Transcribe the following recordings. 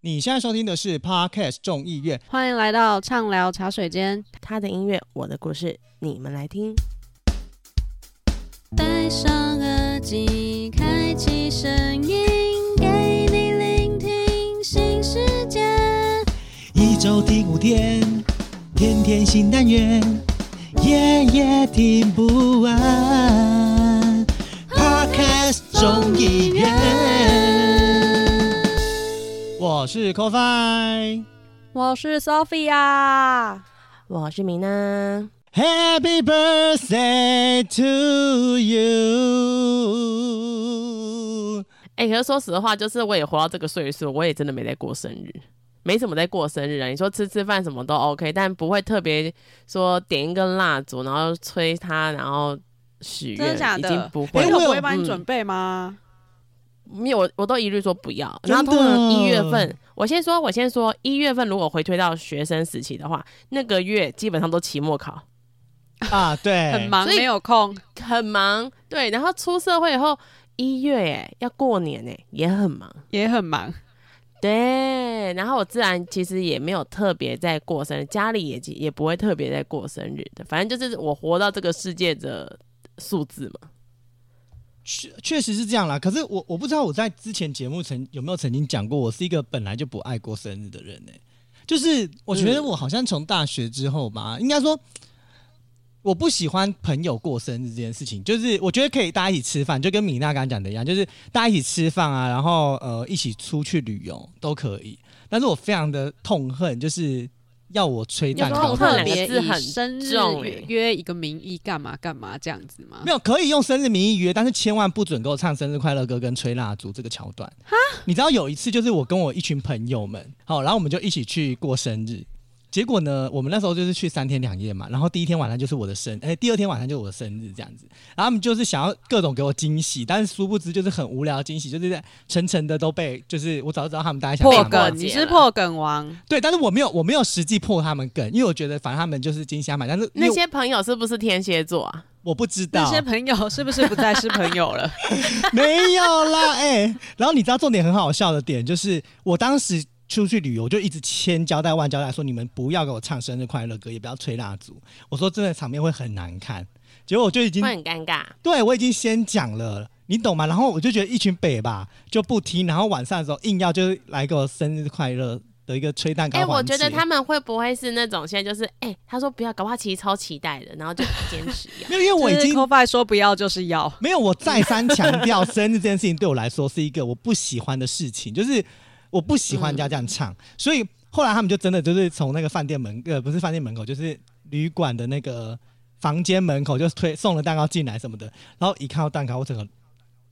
你现在收听的是 Podcast 众议院，欢迎来到畅聊茶水间，他的音乐，我的故事，你们来听。戴上耳机，开启声音，给你聆听新世界。一周听五天，天天新单元，夜夜听不完。Podcast 众议院，我是 CoFi。我是 Sophia，哎我是米娜， Happy birthday to you！哎、可是说实话，就是我也活到这个岁数，我也真的没在过生日，没怎么在过生日啊。你说吃吃饭什么都 OK，但不会特别说点一根蜡烛，然后吹它，然后许真愿的假，已的经不朋哎会友我有不会帮嗯你准备吗？没有，我我都一律说不要。真然的后通常一月份，我先说，我先说一月份，如果回推到学生时期的话，那个月基本上都期末考，啊，对， 很忙，所以没有空。很忙。对，然后出社会以后，一月哎要过年哎也很忙。也很忙，对，然后我自然其实也没有特别在过生日，家里也也不会特别在过生日的，反正就是我活到这个世界的数字嘛。确确实是这样啦。可是我我不知道我在之前节目曾有没有曾经讲过，我是一个本来就不爱过生日的人呢、就是我觉得我好像从大学之后吧，应该说我不喜欢朋友过生日这件事情。就是我觉得可以大家一起吃饭，就跟米娜刚刚讲的一样，就是大家一起吃饭啊，然后呃一起出去旅游都可以。但是我非常的痛恨，就是要我吹蛋糕痛的恨人两个字以很生日重约欸约一个名义干嘛干嘛这样子吗没？有，可以用生日名义约，但是千万不准给我唱生日快乐歌跟吹蜡烛这个桥段。哈，你知道有一次就是我跟我一群朋友们，好，然后我们就一起去过生日。结果呢，我们那时候就是去三天两夜嘛，然后第一天晚上就是我的生，哎、第二天晚上就是我的生日这样子。然后他们就是想要各种给我惊喜，但是殊不知就是很无聊的惊喜，就是在层层的都被，就是我早就知道他们大概想破干嘛。梗，你是破梗王，对，但是我没有，我没有实际破他们梗，因为我觉得反正他们就是惊喜满，但是因为那些朋友是不是天蝎座啊？我不知道那些朋友是不是不再是朋友了？没有啦，哎、然后你知道重点很好笑的点就是，我当时出去旅游就一直千交代万交代说，你们不要给我唱生日快乐歌，也不要吹蜡烛。我说真的，场面会很难看。结果我就已经会很尴尬。对我已经先讲了，你懂吗？然后我就觉得一群北吧就不听，然后晚上的时候硬要就是来给我生日快乐的一个吹蛋糕哎、环节。我觉得他们会不会是那种现在就是哎、他说不要，搞不好其实超期待的，然后就坚持要。没有，因 为我已就是经 c o f i 说不要就是要，没有，我再三强调，生日这件事情对我来说是一个我不喜欢的事情，就是我不喜欢人家这样唱，所以后来他们就真的就是从那个饭店门，呃，不是饭店门口，就是旅馆的那个房间门口，就推送了蛋糕进来什么的，然后一看到蛋糕，我整个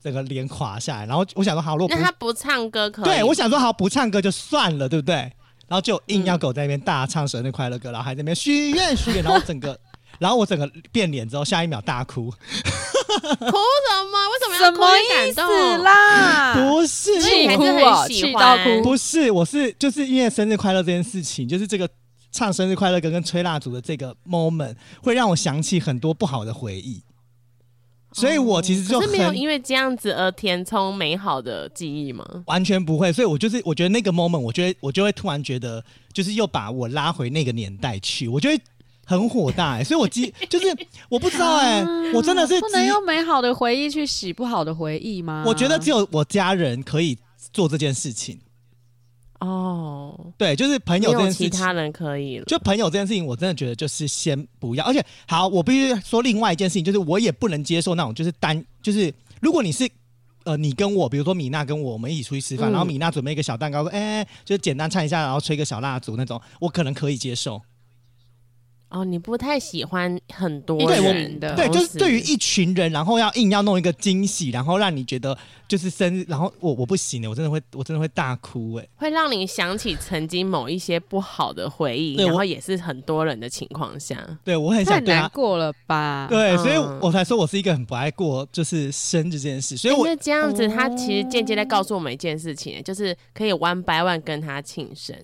整个脸垮下来，然后 我想说，好，如果那不他不唱歌可以？对我想说好不唱歌就算了，对不对？然后就硬要狗在那边大唱生日快乐歌，然后还在那边许愿许愿，然后整个，然后我整个变脸之后，下一秒大哭，哭什么？为什么要什哭？么你意感思 动？啦？不是，啊所以因你为我还是哭哦很喜气到欢。哭不是，我是就是因为生日快乐这件事情，就是这个唱生日快乐歌跟吹蜡烛的这个 moment，会让我想起很多不好的回忆，所以我其实就哦可是没有很因为这样子而填充美好的记忆吗？完全不会，所以我就是我觉得那个 moment，我觉得我就会突然觉得，就是又把我拉回那个年代去，我就会很火大、欸，所以我记就是我不知道啊哎、我真的是啊不只能用美好的回忆去洗不好的回忆吗？我觉得只有我家人可以做这件事情，哦，对，就是朋没友这有件事其情。他人可以了。就朋友这件事情，我真的觉得就是先不要。而且，好，我必须说另外一件事情，就是我也不能接受那种就是单，就是如果你是呃你跟我，比如说米娜跟我，我们一起出去吃饭，嗯然后米娜准备一个小蛋糕，说哎、就是简单唱一下，然后吹个小蜡烛那种，我可能可以接受。哦，你不太喜欢很多对我人的，对，同就是时对于一群人，然后要硬要弄一个惊喜，然后让你觉得就是生日，然后我我不行的，欸我真的会我真的会大哭哎、会让你想起曾经某一些不好的回忆，对我然后也是很多人的情况下。对我很太想对难他。过了吧？对，所以嗯哎我才说我是一个很不爱过就是生日这件事，所以因我为这样子，他其实间接在告诉我们一件事情，就是可以 one by one 跟他庆生。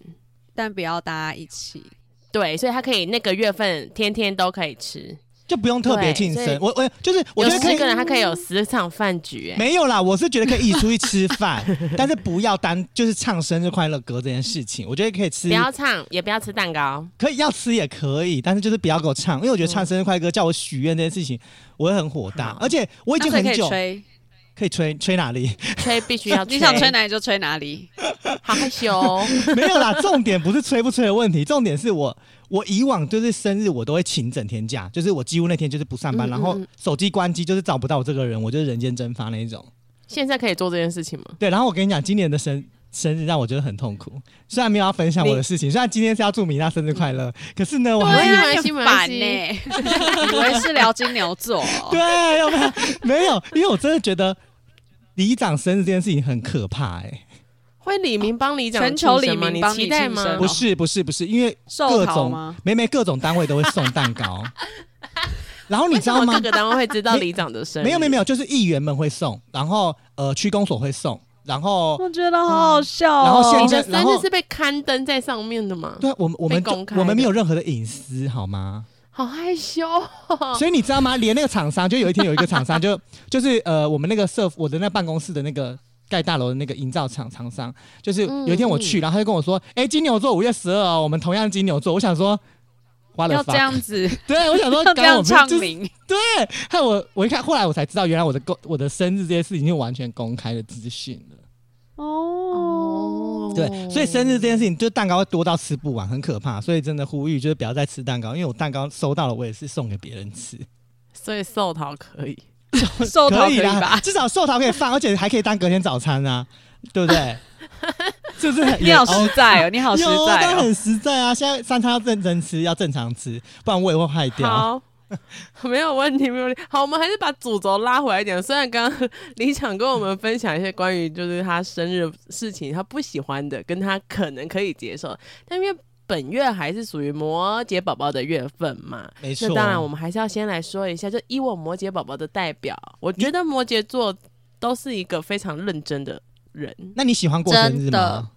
但不要大家一起。对，所以他可以那个月份天天都可以吃，就不用特别对庆所以生。我我就是我有觉得可十以个人他可以有十场饭局、哎，没有啦，我是觉得可以一起出去吃饭，但是不要单就是唱生日快乐歌这件事情，我觉得可以吃不，要唱，也不要吃蛋糕。可以要吃也可以，但是就是不要给我唱，因为我觉得唱生日快乐歌叫我许愿这件事情，我会很火大好，而且我已经那所很以可以久吹，可以吹吹哪里？吹必 须要吹，你想吹哪里就吹哪里。好害羞哦、没有啦，重点不是吹不吹的问题，重点是我我以往就是生日我都会请整天假，就是我几乎那天就是不上班，嗯嗯然后嗯手机关机，就是找不到我这个人，我就是人间蒸发那一种。现在可以做这件事情吗？对，然后我跟你讲，今年的生生日让我觉得很痛苦。虽然没有要分享我的事情，虽然今天是要祝米娜生日快乐，可是呢，我对还是。啊没关系你没很关烦系呢，以为是聊金牛座哦， 对，要不然没有，因为我真的觉得里长生日这件事情很可怕、哎，会李明帮你讲全球庆生吗李明你帮你期待庆吗？生哦不是不是不是，因为寿各桃种吗？每每各种单位都会送蛋 糕，然后你为知什道么吗各？个单位会知道里长的生日？没有没有没有，就是议员们会送，然后呃区公所会送，然后我觉得好好笑哦。然后现你在的生然后日是被刊登在上面的吗？对啊我们我们被公开的我们没有任何的隐私好吗？好害羞、哦所以你知道吗？连那个厂商，就有一天有一个厂商就 就是呃，我们那个社我的那办公室的那个盖大楼的那个营造厂厂商，就是嗯有一天我去，然后他就跟我说：“哎、金牛座五月十二哦，我们同样金牛座。”我想说，花了要这样子，对，我想说， 要这干我样们唱就是名，对，害我我一看，后来我才知道，原来我的公我的生日这些事情就完全公开的资讯了。哦，对，所以生日这件事情，就蛋糕会多到吃不完，很可怕。所以真的呼吁，就是不要再吃蛋糕，因为我蛋糕收到了，我也是送给别人吃。所以寿桃可以。寿桃可以啦吧，？至少寿桃可以放，而且还可以当隔天早餐啊，对不 对？是不是很？你好哦实在哦，你好 实有啊在当然哦。很实在啊！现在三餐要认真吃，要正常吃，不然胃会坏掉。好， 没有问题，没有问题。好，我们还是把主轴拉回来一点。虽然刚刚李想跟我们分享一些关于就是他生日事情，他不喜欢的，跟他可能可以接受的，但因为本月还是属于摩羯宝宝的月份嘛。没错，那当然，我们还是要先来说一下，就以我摩羯宝宝的代表，我觉得摩羯座都是一个非常认真的人。那你喜欢过生日真的吗？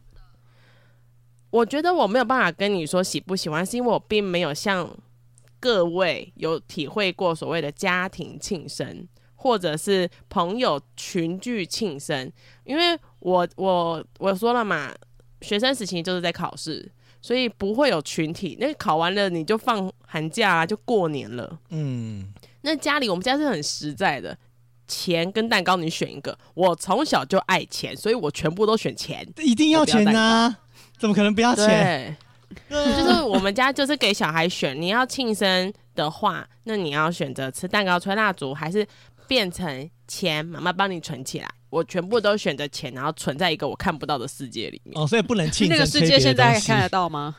我觉得我没有办法跟你说喜不喜欢，是因为我并没有像各位有体会过所谓的家庭庆生，或者是朋友群聚庆生，因为我我我说了嘛，学生时期就是在考试，所以不会有群体。那考完了你就放寒假啦，就过年了。嗯，那家里我们家是很实在的，钱跟蛋糕你选一个。我从小就爱钱，所以我全部都选钱。一定要钱我不要啊！怎么可能不要钱？对。对啊就是我们家就是给小孩选，你要庆生的话，那你要选择吃蛋糕、吹蜡烛，还是变成钱，妈妈帮你存起来。我全部都选择钱，然后存在一个我看不到的世界里面，哦，所以不能庆那生。个世吹别的界现在东还西看得到吗？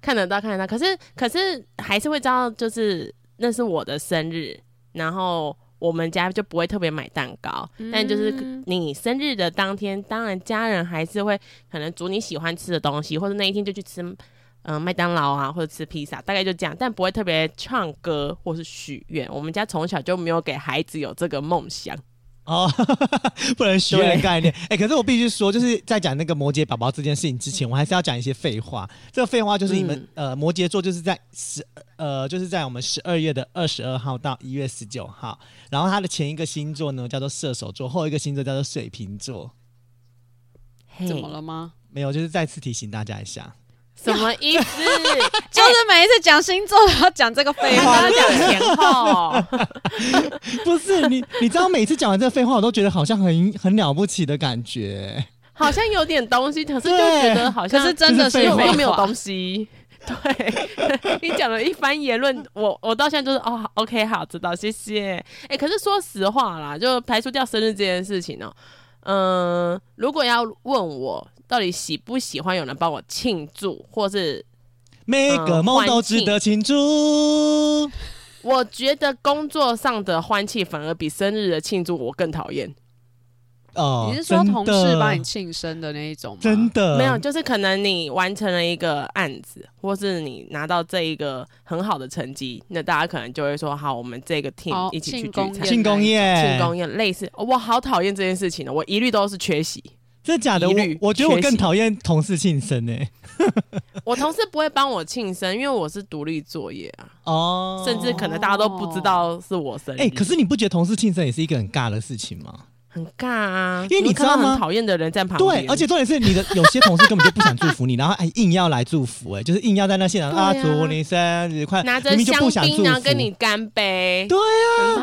看得到看得到。可是可是还是会知道，就是那是我的生日，然后我们家就不会特别买蛋糕，但就是嗯你生日的当天，当然家人还是会可能煮你喜欢吃的东西，或者那一天就去吃，嗯、麦当劳啊，或者吃披萨，大概就这样，但不会特别唱歌或是许愿。我们家从小就没有给孩子有这个梦想。哦， 不能许愿的对概念。哎、可是我必须说，就是在讲那个摩羯宝宝这件事情之前，我还是要讲一些废话。这个废话就是你们、呃摩羯座就是在十呃就是在我们十二月的二十二号到一月十九号，然后它的前一个星座呢叫做射手座，后一个星座叫做水瓶座。嗯嘿怎么？ 了吗？没有，就是再次提醒大家一下，什么意思？ 就是每一次讲星座都要讲这个废我话要，讲前后。 不是你， 你知道每次讲完这个废话，我都觉得好像很很了不起的感觉。好像有点东西，可是就觉得好像可是真的是这是废又话又没有懂。东西。对 你讲了一番言论，我我到现在就是哦好，OK，好，知道，谢谢。哎、可是说实话啦，就排除掉生日这件事情哦、嗯、如果要问我到底喜不喜欢有人帮我庆祝，或是每个梦都值得庆祝。我觉得工作上的欢庆反而比生日的庆祝我更讨厌。哦，你是说同事帮你真的庆生的那一种吗？真的没有，就是可能你完成了一个案子，或是你拿到这一个很好的成绩，那大家可能就会说好，我们这个 team、哦一起去庆聚功餐宴。庆功宴， 庆功宴类似，哦我好讨厌这件事情呢，我一律都是缺席。真的假的？疑我虑我觉得我缺更席讨厌同事庆生哎、我同事不会帮我庆生，因为我是独立作业啊，哦甚至可能大家都不知道是我生日。哎、可是你不觉得同事庆生也是一个很尬的事情吗？很尬啊，因为你会看到知道吗很讨厌的人在旁对，边，而且重点是你的有些同事根本就不想祝福 你，然后还硬要来祝福、哎，就是硬要在那现场对啊啊，祝你生日快乐，拿着明明就香不想祝槟福，然后跟你干杯，对很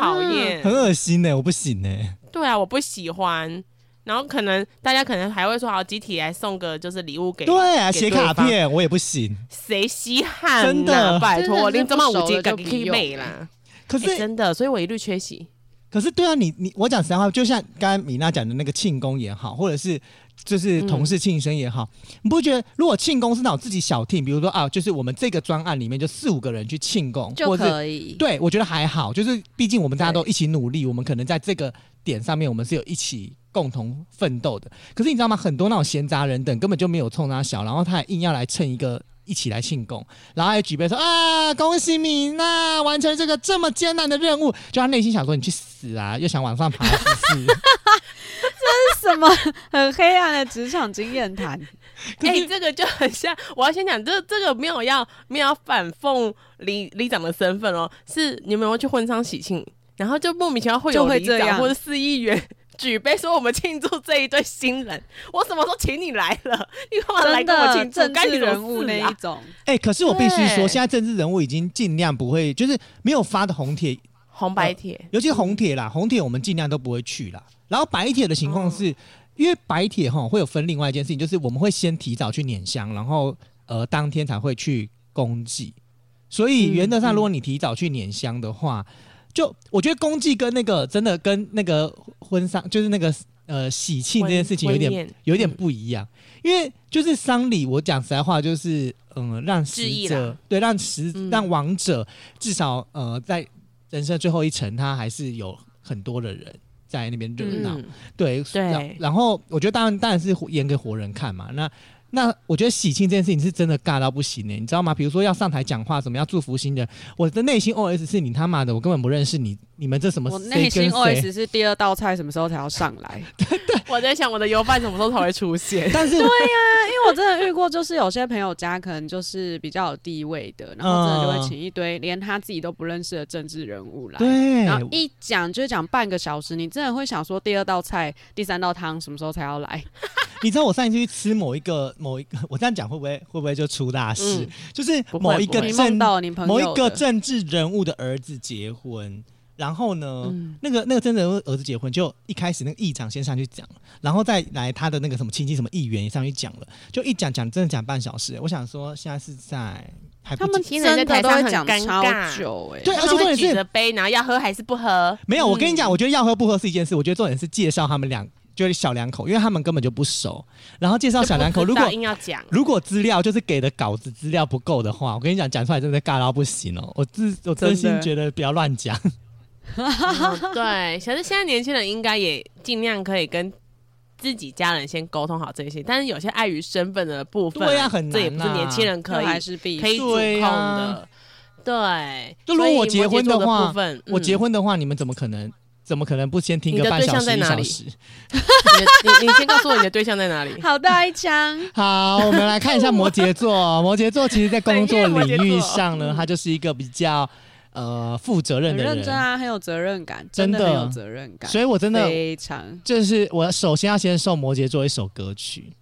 啊，讨厌很。恶心哎、我不行哎、对啊，我不喜欢。然后可能大家可能还会说，好集体来送个就是礼物给对啊，给写对卡方片我也不行。谁稀罕、呐啊真的拜托，真的是我拎这么不熟五级的就给不以用妹啦、可欸是、真的，所以我一律缺席。可是对啊，你你我讲实在话，就像刚才米娜讲的那个庆功也好，或者是嗯就是同事庆生也好，你不觉得如果庆功是那种自己小 team，比如说啊，就是我们这个专案里面就四五个人去庆功，就或者是可以。对我觉得还好，就是毕竟我们大家都一起努力，我们可能在这个点上面，我们是有一起共同奋斗的。可是你知道吗？很多那种闲杂人等根本就没有冲他小，然后他还硬要来蹭一个。一起来庆功，然后还举杯说啊，恭喜你呐，完成这个这么艰难的任务。就他内心想说，你去死啊，又想往上爬，是不是？什么很黑暗的职场经验谈？哎、这个就很像，我要先讲，这这个没有要没有要反讽里里长的身份哦，是你们有没有去婚丧喜庆，然后就莫名其妙会有就会里这长样或者市议员 举杯说我们庆祝这一对新人，我什么时候请你来了？你干嘛来 真跟我的庆祝？政干治你什么人物事那啊一种， 哎、可是我必须 说，对现在政治人物已经尽量不会，就是没有发的红帖红白帖，尤其是红铁啦，红铁我们尽量都不会去啦。然后白铁的情嗯况是，因为白铁哈会有分另外一件事情，就是我们会先提早去碾香，然后呃当天才会去公祭。所以嗯原则上，如果你提早去碾香的话，就我觉得公祭跟那个真的跟那个婚丧，就是那个呃喜庆这件事情有婚点宴有点嗯不一样，因为就是丧礼，我讲实在话，就是嗯让死致意者啦对让死嗯让亡者至少呃在人生最后一程，他还是有很多的人在那边热闹。嗯，对对然然后我觉得当然当然是演给活人看嘛。那那我觉得喜庆这件事情是真的尬到不行的、你知道吗？比如说要上台讲话，什么要祝福新人，我的内心 OS 是你他妈的，我根本不认识你，你们这什么我谁内心啊跟谁？ OS 是第二道菜什么时候才要上 来？我在想我的油饭什么时候才会出现？但是啊因为我真的遇过，就是有些朋友家可能就是比较有地位的，然后真的就会请一堆连他自己都不认识的政治人物来。对，啊然后一讲就讲半个小时，你真的会想说第二道菜、第三道汤什么时候才 要来？哎你知道我上一次去吃某一个某一个， 我这样讲会不会会不会就出大事？嗯就是不会某一不个会你政梦到你朋友某的一个政治人物的儿子结婚，然后呢，嗯那个那个政治人物儿子结婚，就一开始那个议长先上去讲，然后再来他的那个什么亲戚什么议员也上去讲了，就一讲讲真的讲半小时。我想说现在是在还不他们知真的都会讲超新久哎、 对，他而且们重会点举是着杯，然后要喝还是不喝？没有，我跟你嗯讲，我觉得要喝不喝是一件事，我觉得重点是介绍他们两就是小两口，因为他们根本就不熟，然后介绍小两口，就不如知道果硬要讲，如果资料就是给的稿子资料不够的话，我跟你讲，讲出来真的尬到不行哦、我自我真心真的觉得不要乱讲。嗯对，可是现在年轻人应该也尽量可以跟自己家人先沟通好这些，但是有些碍于身份的部分，对啊很难这也不是年轻人可以还是必。可以主控对的啊。对，就如果我结婚所以摩羯座的话部分，我结婚，婚的话，你们怎么可能？怎么可能不先听个嗯你的半对小象时在一哪小里时？你你你先告诉我你的对象在哪里 好大一枪，好，我们来看一下摩羯座。 摩羯座其实在工作领域上嗯呢，他就是一个比较呃负责任很的认真人。啊，很有责任感，真的的很有责任感，所以我真的非常。就是我首先要先送摩羯座一首歌曲，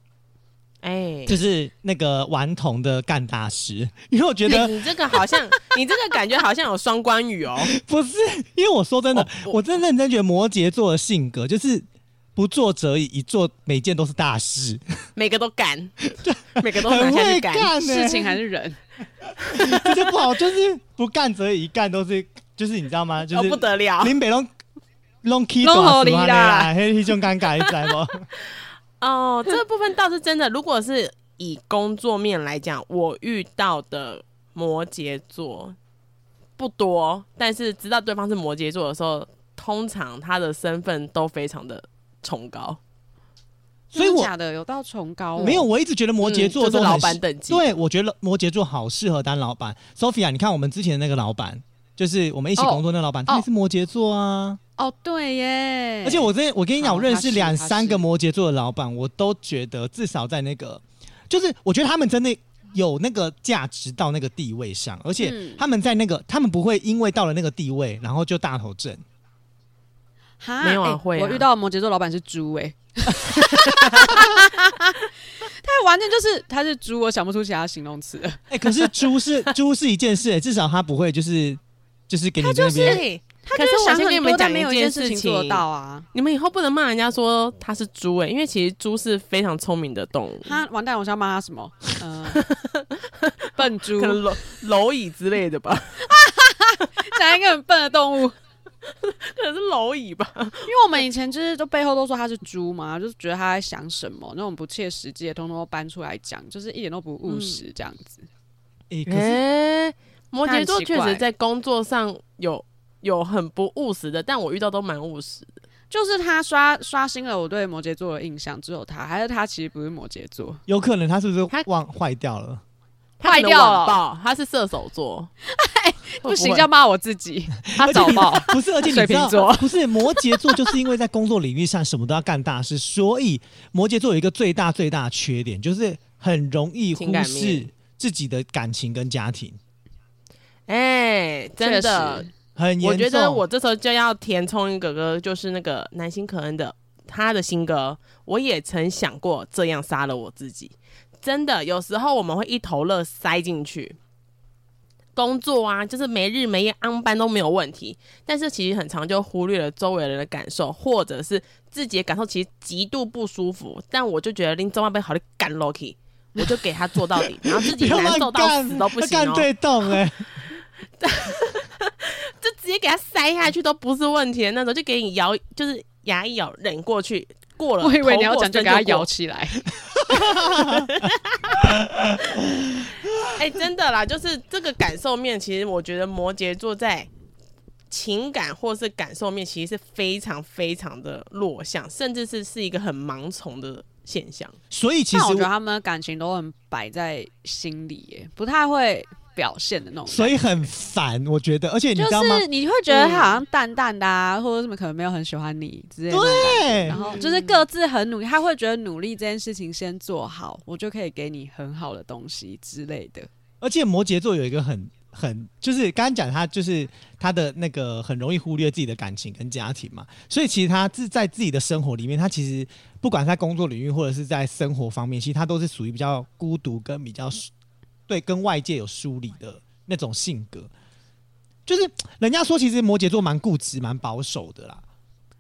哎，就是那个顽童的《干大师》，因为我觉得你这个好像，你这个感觉好像有双关语哦。不是，因为我说真的，我我真的认真觉得摩羯座的性格就是不做则已，一做每件都是大事，每个 都敢，每个都拿很下会去敢。哦干呢、事情还是人，这就不好，就是不干则已，一干都是就是你知道吗？就哦是不得了林北龙啊弄 key 拢给你啦啦，黑黑就尴尬，你知 道不？哦，这部分倒是真的。如果是以工作面来讲，我遇到的摩羯座不多，但是知道对方是摩羯座的时候，通常他的身份都非常的崇高，所以我真的假的有到崇高哦、没有，我一直觉得摩羯座嗯都就是很老板等级。对，我觉得摩羯座好适合当老板。Sophia，你看我们之前那个老板，就是我们一哦起工作那老板，他也是摩羯座啊。哦，对耶，而且我真我跟你讲，好我认他识是两他三个是摩羯座的老板，我都觉得至少在那个，就是我觉得他们真的有那个价值到那个地位上，而且嗯他们在那个，他们不会因为到了那个地位，然后就大头症。哈没有啊欸会啊我遇到摩羯座老板是猪哎、欸， 他完全就是他是猪，我想不出其他形容词了。哎、可是猪 是猪是一件事、哎至少他不会就是就是给你那边。对，他可是我想先跟你很们多，但讲没有一一件事事情情做得到啊。你们以后不能骂人家说它是猪哎、因为其实猪是非常聪明的动物，他完蛋，我是要骂他什 么？嗯、笨猪可，能蝼蝼蚁之类的吧，讲一个很笨的动物。可能是蝼蚁吧。因为我们以前就是都背后都说他是猪嘛，就是觉得他在想什么，那种不切实际的，通通都搬出来讲，就是一点都不务实这样嗯子。哎、可是哎、摩羯座那很奇确怪实在工作上有有很不务实的，但我遇到都蛮务实的。就是他刷刷新了我对摩羯座的印象，只有他，还是他其实不是摩羯座。有可能他是不他是忘坏掉了？他可能坏掉了哎晚爆，他是射手 座，不行，叫要骂我自 己，他早爆。不是，而且你知道水瓶座，不是摩羯座，就是因为在工作领域上什么都要干大事，所以摩羯座有一个最大最大的缺点，就是很容易忽情感视面自己的感情跟家庭，哎、真的确，实很严重。我觉得我这时候就要填充一个歌，就是那个南星可恩的他的新歌。我也曾想过这样杀了我自己，真的，有时候我们会一头热塞进去。工作啊，就是没日没夜安班都没有问题，但是其实很常就忽略了周围人的感受，或者是自己的感受，其实极度不舒服。但我就觉得林中万被好的干 Loki，我就给他做到底，然后自不 己要难乱受到干，死都不行、哦。干对洞哎、就直接给它塞下去都不是问题的那种，就给你咬，就是牙一咬忍过去，过了。我以为你要头过讲就身给他过摇。起 来，哎、真的啦，就是这个感受面，其实我觉得摩羯座在情感或是感受面，其实是非常非常的弱项，甚至是是一个很盲从的现象。所以其但实我觉得他们的感情都很摆在心里耶，不太会表现的那种。嗯所以很烦，我觉得，而且你就知道吗？是你会觉得他好像淡淡的啊，或者什么可能没有很喜欢你之类的。对然，后就是各自很努力，他会觉得努力这件事情先做好，我就可以给你很好的东西之类的。而且摩羯座有一个很很，就是刚刚讲他就是他的那个很容易忽略自己的感情跟家庭嘛，所以其实他自在自己的生活里面，他其实不管在工作领域或者是在生活方面，其实他都是属于比较孤独跟比较疏对跟外界有疏离的那种性格。就是人家说，其实摩羯座蛮固执、蛮保守的啦，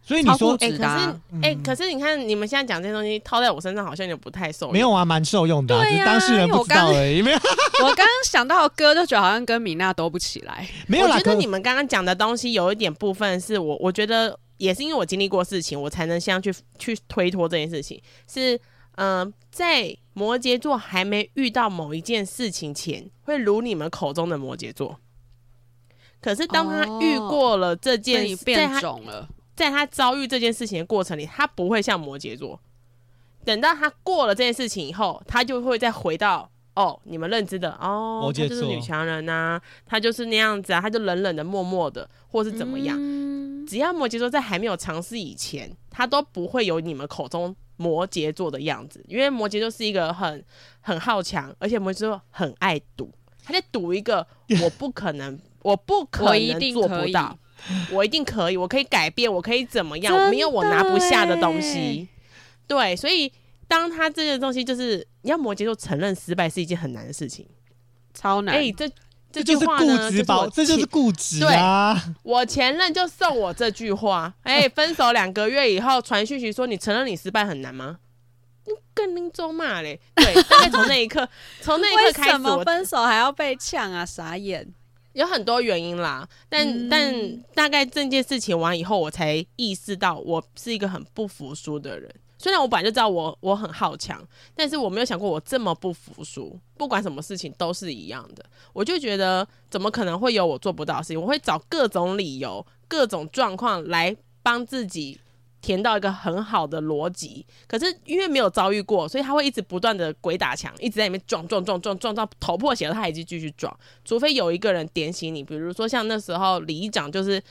所以你超说固执哎、可是哎、嗯可是你看你们现在讲这些东西套在我身上，好像有点不太受用。没有啊，蛮受用的、啊，对只呀是当事人不知道而已，没有我刚刚想到的歌，就觉得好像跟米娜都不起来。没有啦。我觉可得你们刚刚讲的东西有一点部分是我，我觉得也是因为我经历过事情，我才能像去去推脱这件事情。是，嗯、在摩羯座还没遇到某一件事情前，会如你们口中的摩羯座。可是当他遇过了这件，变你在变他种了，在他遭遇这件事情的过程里，他不会像摩羯座。等到他过了这件事情以后，他就会再回到哦，你们认知的哦摩，羯座她就是女强人呐、她就是那样子啊，她就冷冷的、默默的，或是怎么嗯样。只要摩羯座在还没有尝试以前，他都不会有你们口中摩羯座的样子，因为摩羯座是一个很很好强，而且摩羯座很爱赌，他在赌一个我不可能，我不可我一能定做可不以到。我一定可以，我可以改变，我可以怎么样？真没有我拿不下的东的欸西。对，所以当他这些东西，就是你要摩羯座承认失败是一件很难的事情。超难。哎、这这这句就是话固呢，执保，这这就是固执啊！我前任就送我这句话。 哎、分手两个月以后传讯息说你承认你失败很难吗？你更拎咒骂嘞，对，大概从那一刻，从那一为刻开什始，么我分手还要被呛啊？傻眼！有很多原因啦，但、但大概这件事情完以后，我才意识到我是一个很不服输的人。虽然我本来就知道我我很好强，但是我没有想过我这么不服输，不管什么事情都是一样的。我就觉得怎么可能会有我做不到的事情？我会找各种理由、各种状况来帮自己填到一个很好的逻辑，可是因为没有遭遇过，所以他会一直不断的鬼打墙，一直在里面撞撞撞撞撞到头破血流，他还是继续撞，除非有一个人点醒你，比如说像那时候李长就是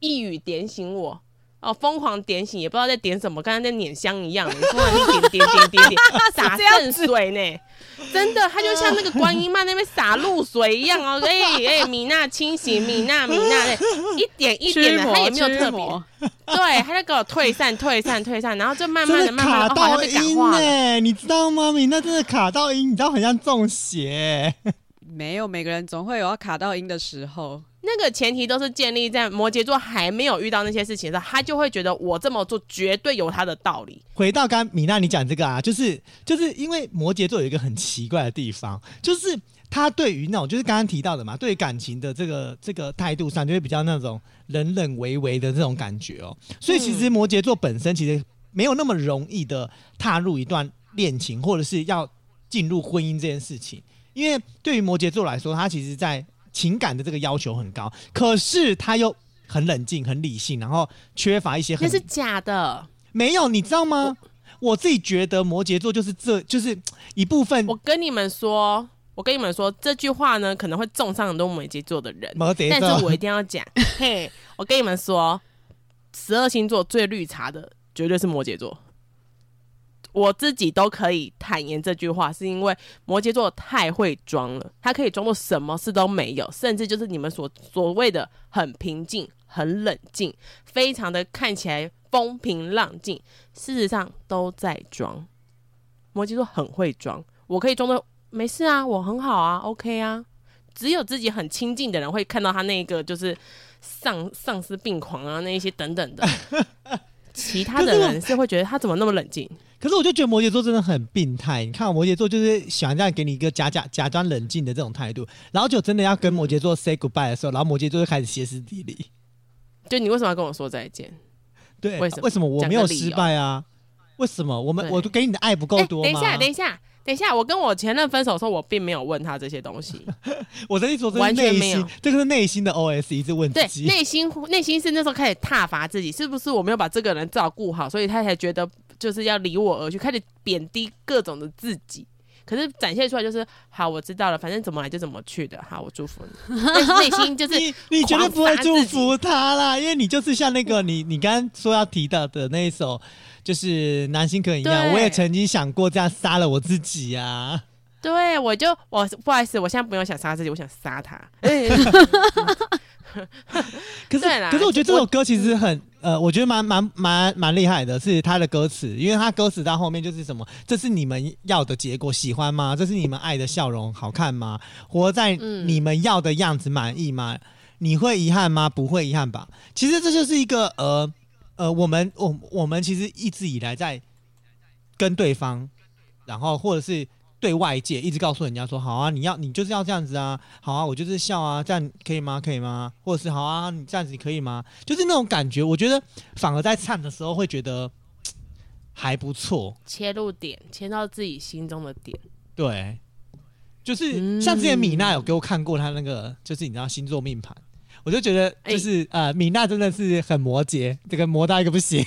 一语点醒我。哦，疯狂点醒，也不知道在点什么，刚才在碾香一样，你疯狂地点点点 点点，啊洒圣水呢，真的，他就像那个观音妈那边洒露水一样哦，哎、哎、米娜清醒，米娜米娜嘞，一点一点驱的，魔他也没有驱特别魔， 对，他就给我退散、退散、退散，然后就慢慢真的、的慢慢卡的，哦，好像到被感音呢、 化了。你知道吗？你那真的卡到音，你知道很像中邪、没有，每个人总会有要卡到音的时候。那个前提都是建立在摩羯座还没有遇到那些事情的时候，他就会觉得我这么做绝对有他的道理。回到刚米娜你讲这个啊，就是就是因为摩羯座有一个很奇怪的地方，就是他对于那种就是刚刚提到的嘛，对于感情的这个这个态度上，就会比较那种冷冷唯唯的这种感觉哦。所以其实摩羯座本身其实没有那么容易的踏入一段恋情，或者是要进入婚姻这件事情，因为对于摩羯座来说，他其实在情感的这个要求很高，可是他又很冷静、很理性，然后缺乏一些很那是假的，没有，你知道吗？我自己觉得摩羯座就是这就是一部分我跟你们说，我跟你们说这句话呢，可能会中伤很多摩羯座的人，摩羯但座是我一定要讲。嘿，我跟你们说，十二星座最绿茶的绝对是摩羯座。我自己都可以坦言这句话，是因为摩羯座太会装了，他可以装作什么事都没有，甚至就是你们所所谓的很平静、很冷静，非常的看起来风平浪静，事实上都在装。摩羯座很会装，我可以装作没事啊，我很好啊，OK 啊。只有自己很亲近的人会看到他那个就是丧丧尸病狂啊，那一些等 等的。其他的人是会觉得他怎么那么冷静？可是我就觉得摩羯座真的很病态。你看啊摩羯座就是想让给你一个假假假装冷静的这种态度，然后就真的要跟摩羯座 say goodbye 的时候，然后摩羯座就开始歇斯底里。就你为什么要跟我说再见？对，为什么我没有失败啊？为什么我们对我都给你的爱不够哎多吗？等一下，等一下，等一下，我跟我前任分手的时候，我并没有问他这些东西。我的意思说，这是完全内没有心，这个是内心的 OS 一直问自对，己。内心内心是那时候开始挞伐自己，是不是我没有把这个人照顾好，所以他才觉得就是要离我而去，开始贬低各种的自己。可是展现出来就是好，我知道了，反正怎么来就怎么去的。好，我祝福 你。但是内心就是你你绝对不会狂砸祝自己福他啦，因为你就是像那个你你刚刚说要提到的那一首，就是《南星可》一样，对我也曾经想过这样杀了我自己呀、啊。对，我就我不好意思，我现在不用想杀自己，我想杀他。哎可是对啦可是我觉得这我首歌其实很呃，我觉得蛮蛮蛮蛮厉害的，是他的歌词，因为他歌词到后面就是什么，这是你们要的结果，喜欢吗？这是你们爱的笑容，好看吗？活在嗯你们要的样子，满意吗？你会遗憾吗？不会遗憾吧？其实这就是一个呃呃，我们我我们其实一直以来在跟对方，然后或者是对外界一直告诉人家说，好啊，你要你就是要这样子啊，好啊，我就是笑啊，这样可以吗？可以吗？或者是好啊，你这样子可以吗？就是那种感觉，我觉得反而在唱的时候会觉得还不错，切入点，切到自己心中的点。对，就是、嗯像之前米娜有给我看过她那个，就是你知道星座命盘。我就觉得，就是、呃，米娜真的是很摩羯，这个磨到一个不行。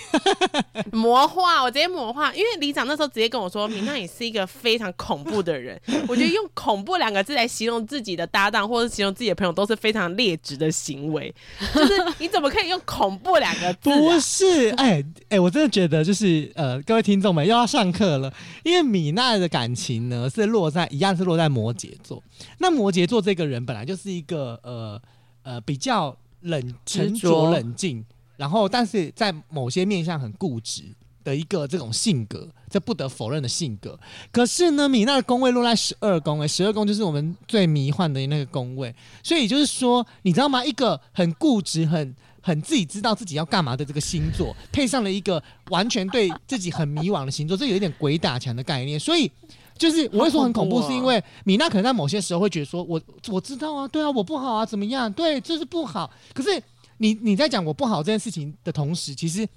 魔化，我直接魔化，因为里长那时候直接跟我说，米娜你是一个非常恐怖的 人。我觉得用“恐怖”两个字来形容自己的搭档或者形容自己的朋友，都是非常劣质的行为。就是你怎么可以用“恐怖”两个字、不啊？是，哎、哎、我真的觉得就是呃，各位听众们又要上课了，因为米娜的感情呢是落在一样是落在摩羯座。那摩羯座这个人本来就是一个呃呃比较冷沉执着着冷静，然后但是在某些面向很固执的一个这种性格，这不得否认的性格。可是呢，米娜的宫位落在十二宫，哎，十二宫就是我们最迷幻的那个宫位。所以就是说，你知道吗？一个很固执、很很自己知道自己要干嘛的这个星座，配上了一个完全对自己很迷惘的星座，这有一点鬼打墙的概念。所以就是我会说很恐怖，好恐怖哦是因为米娜可能在某些时候会觉得说，我我知道啊，对啊，我不好啊，怎么样？对，这是不好。可是你你在讲我不好这件事情的同时，其实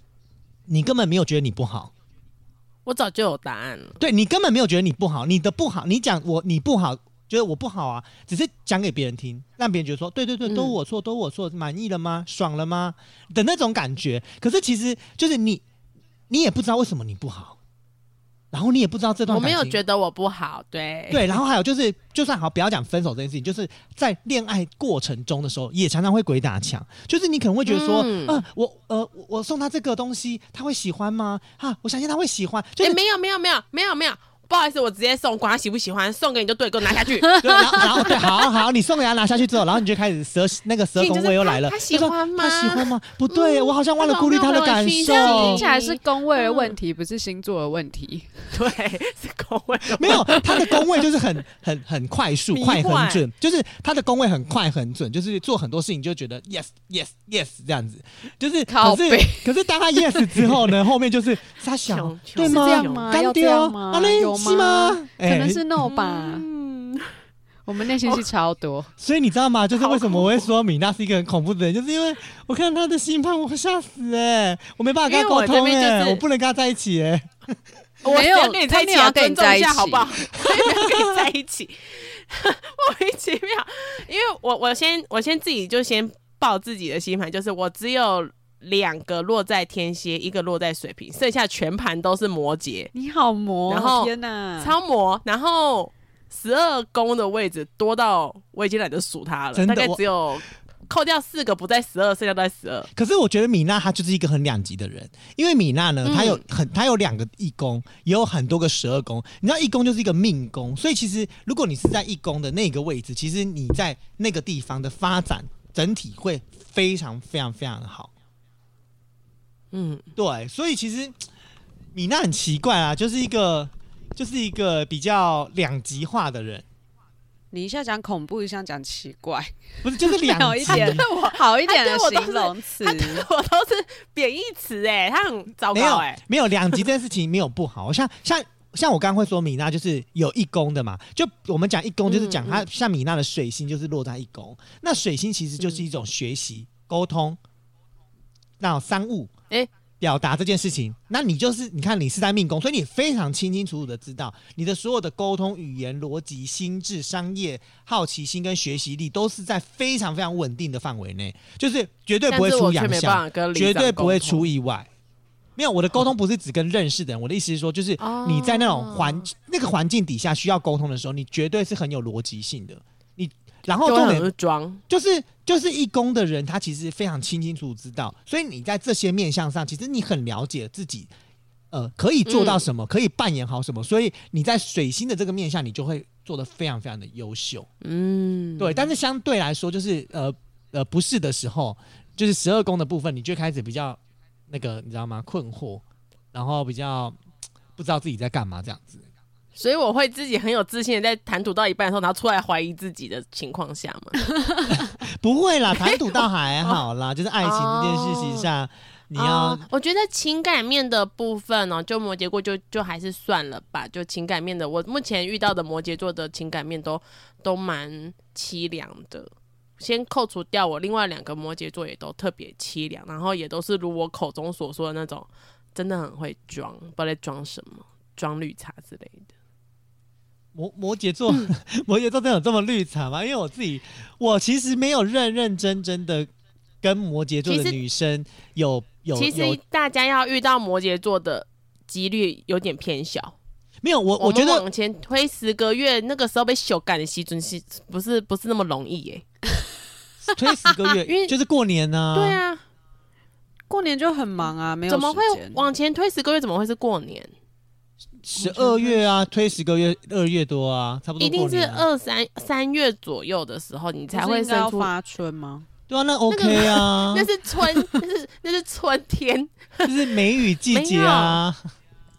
你根本没有觉得你不好。 我早就有答案了。对你根本没有觉得你不好，你的不好，你讲我你不好，觉得我不好啊，只是讲给别人听，让别人觉得说，对对对，嗯都我错，都我错，满意了吗？爽了吗？的那种感觉。可是其实就是你你也不知道为什么你不好，然后你也不知道这段我没有感情觉得我不好，对，对，然后还有就是，就算好，不要讲分手这件事情，就是在恋爱过程中的时候，也常常会鬼打墙。就是你可能会觉得说，嗯呃，我呃，我我送他这个东西，他会喜欢吗？啊，我相信他会喜欢。就哎、是、没有没有没有没有没有，不好意思，我直接送，管他喜不喜欢，送给你就对，给我拿 下去。对，然后然后对，好好，你送给他拿下去之后，然后你就开始蛇那个蛇所以就是宫位又他来了，他就喜说欢吗他喜欢吗？不对，我好像忘了他顾虑怎么他没的有感回信受。听起来是宫位的嗯问题，不是星座的问题。 对，是口味 的没有，他的工位就是很很很快速、迷快幻很准，就是他的工位很快很准，就是做很多事情就觉得 yes yes yes 这样子，就是可靠是背可是当他 yes 之后呢，后面就是傻小穷，穷对是吗？这样吗？干要这掉样啊吗？嗯那有是吗？可能哎是 no 吧。我们内心戏超多，所以你知道吗？就是好为什么我会说米娜是一个很恐怖的人，就是因为我看到他的星盘，我会吓死哎、我没办法跟他因为沟我通这哎、边就是我不能跟他在一起哎、我没有只要跟你在他一起，没有要跟你尊在重一一起下，好不 好？我也没有跟你在一起， 莫名其妙。因为我我先我先自己就先报自己的星盘，就是我只有两个落在天蝎，一个落在水瓶，剩下全盘都是摩羯，你好魔，哦然后天哪！超摩。然后十二宫的位置多到我已经懒得数它了，真的大概我只有扣掉四个不在十二，剩下都在十二。可是我觉得米娜她就是一个很两极的人，因为米娜呢，嗯她有很她有两个义工，也有很多个十二宫。你知道义工就是一个命宫，所以其实如果你是在义工的那个位置，其实你在那个地方的发展整体会非常非常非常的好。嗯， 对，所以其实米娜很奇怪啊，就是一个就是一个比较两极化的人，你一下讲恐怖，一下讲奇怪，不是就是 两好极一。点，好一点的他对我都形是容 词他。对我都是贬义词哎、他很糟没有糕哎、没有两极这件事情没有不好，像像像我刚刚会说米娜就是有一宫的嘛，就我们讲一宫嗯就是讲她像米娜的水星就是落在一宫，那水星其实就是一种学习、沟通，那商务诶表达这件事情，那你就是你看你是在命宫，所以你非常清清楚楚的知道你的所有的沟通、语言、逻辑、心智、商业、好奇心跟学习力都是在非常非常稳定的范围内，就是绝对不但会是出我却洋没相办。法跟里绝长对不会沟通出意外。没有，我的沟通不是只跟认识的人，我的意思是说，就是哦你在那种环、那个环境底下需要沟通的时候，你绝对是很有逻辑性的。你然后就哦重会很点会装，就是就是义工的人，他其实非常清清楚楚知道，所以你在这些面向上，其实你很了解自己，呃，可以做到嗯什么，可以扮演好什么，所以你在水星的这个面向，你就会做的非常非常的优秀。嗯，对，但是相对来说，就是呃呃不是的时候，就是十二宫的部分，你就开始比较那个，你知道吗？困惑，然后比较不知道自己在干嘛这样子。所以我会自己很有自信的在谈吐到一半的时候，然后出来怀疑自己的情况下嘛，不会啦，谈吐倒还好啦，就是爱情这件事情上， 你要、哦我觉得情感面的部分呢、哦，就摩羯座就就还是算了吧，就情感面的，我目前遇到的摩羯座的情感面都都蛮凄凉的。先扣除掉我另外两个摩羯座也都特别凄凉，然后也都是如我口中所说的那种，真的很会装，不知道在装什么，装绿茶之类的。摩摩羯座，摩羯座真的有这么绿茶吗？因为我自己，我其实没有认认真真的跟摩羯座其的实女生有有其有实大家要遇到摩羯座的几率有点偏小。没有我我们觉得往前推十个月，那个时候被修改的西尊是不是不是那么容易耶、推十个月， 因为就是过年呢、对啊，过年就很忙啊，没有怎么会时间往前推十个月？怎么会是过年？十二月啊，推十个月，二月多啊，差不多、一过定是年啊二三三月左右的时候，你才不是会应该生要出。发春吗？对啊，那 OK 啊， 那是春， 那是那是春天， 就是梅雨季节啊，